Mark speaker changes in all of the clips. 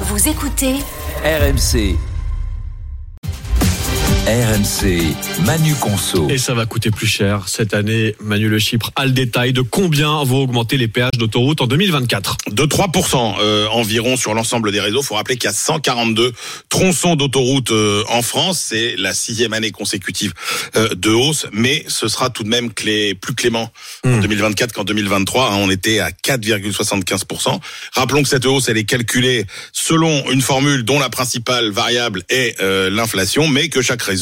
Speaker 1: Vous écoutez
Speaker 2: RMC. RMC, Manu Conso.
Speaker 3: Et ça va coûter plus cher. Cette année, Manu Le Chypre a le détail de combien vont augmenter les péages d'autoroute en 2024.
Speaker 4: de 3% euh, environ sur l'ensemble des réseaux. faut rappeler qu'il y a 142 tronçons d'autoroute euh, en France. C'est la sixième année consécutive euh, de hausse, mais ce sera tout de même clé, plus clément en
Speaker 3: Hmm.
Speaker 4: 2024 qu'en 2023. hein. on était à 4,75%. Rappelons que cette hausse, elle est calculée selon une formule dont la principale variable est euh, l'inflation, mais que chaque réseau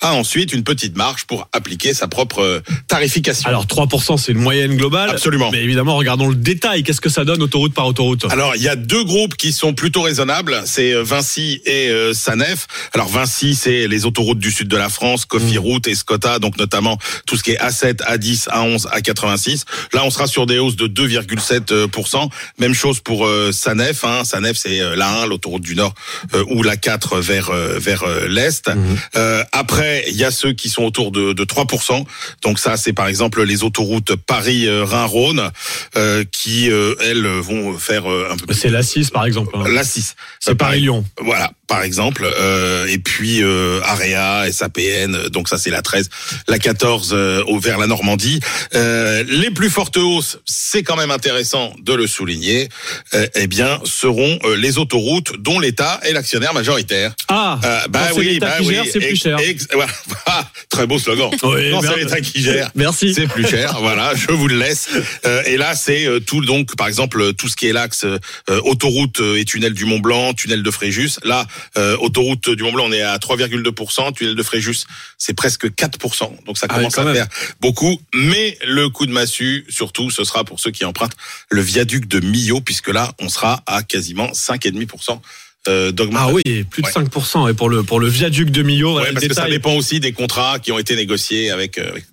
Speaker 4: a ensuite une petite marge pour appliquer sa propre euh, tarification.
Speaker 3: Alors 3% c'est une moyenne globale.
Speaker 4: Absolument. Ah.
Speaker 3: Mais évidemment, regardons le détail. Qu'est-ce que ça donne autoroute par autoroute
Speaker 4: Alors, il y a deux groupes qui sont plutôt raisonnables, c'est euh, Vinci et euh, Sanef. Alors, Vinci, c'est les autoroutes du sud de la France, Coffee Route et Scotta, donc notamment tout ce qui est A7, A10, A11, A86. Là, on sera sur des hausses de 2,7%. euh, Même chose pour euh, Sanef. Hein. Sanef, c'est euh, la 1, l'autoroute du Nord, euh, ou la 4 vers, euh, vers euh, l'Est. Euh, après, il y a ceux qui sont autour de, de 3%. Donc ça, c'est par exemple les autoroutes Paris-Rhin-Rhône euh, qui, euh, elles, vont faire euh, un peu plus
Speaker 3: C'est la 6 par exemple. hein.
Speaker 4: la 6.
Speaker 3: C'est Paris-Lyon.
Speaker 4: Voilà, par exemple. Euh, et puis euh, Area, SAPN, euh, donc ça c'est la 13. La 14 euh, au- vers la Normandie. Euh, les plus fortes hausses, c'est quand même intéressant de le souligner, euh, eh bien seront euh, les autoroutes dont l'État est l'actionnaire majoritaire.
Speaker 3: Ah
Speaker 4: Euh,
Speaker 3: quand c'est l'État qui gère, c'est
Speaker 4: ex-
Speaker 3: plus cher.
Speaker 4: ex- voilà. Ah, Très beau slogan.
Speaker 3: Oui,
Speaker 4: Quand
Speaker 3: merde.
Speaker 4: c'est l'État qui gère.
Speaker 3: Merci.
Speaker 4: C'est plus cher, voilà, je vous le laisse. Euh, et là, c'est euh, tout donc, par exemple, euh, tout ce qui est l'axe euh, euh, autoroute euh, et tunnel du Mont Blanc, tunnel de Fréjus. Là, euh, autoroute du Mont Blanc, on est à 3,2%, tunnel de Fréjus, c'est presque 4%. Donc ça
Speaker 3: Ah oui,
Speaker 4: commence
Speaker 3: quand
Speaker 4: à
Speaker 3: même.
Speaker 4: faire beaucoup. Mais le coup de massue, surtout, ce sera pour ceux qui empruntent le viaduc de Millau, puisque là, on sera à quasiment 5,5% euh, d'augmentation.
Speaker 3: Ah oui, plus de
Speaker 4: Ouais.
Speaker 3: 5% et pour le pour le viaduc de Millau, voilà
Speaker 4: Ouais,
Speaker 3: le
Speaker 4: parce que ça
Speaker 3: détail.
Speaker 4: dépend aussi des contrats qui ont été négociés avec, euh, avec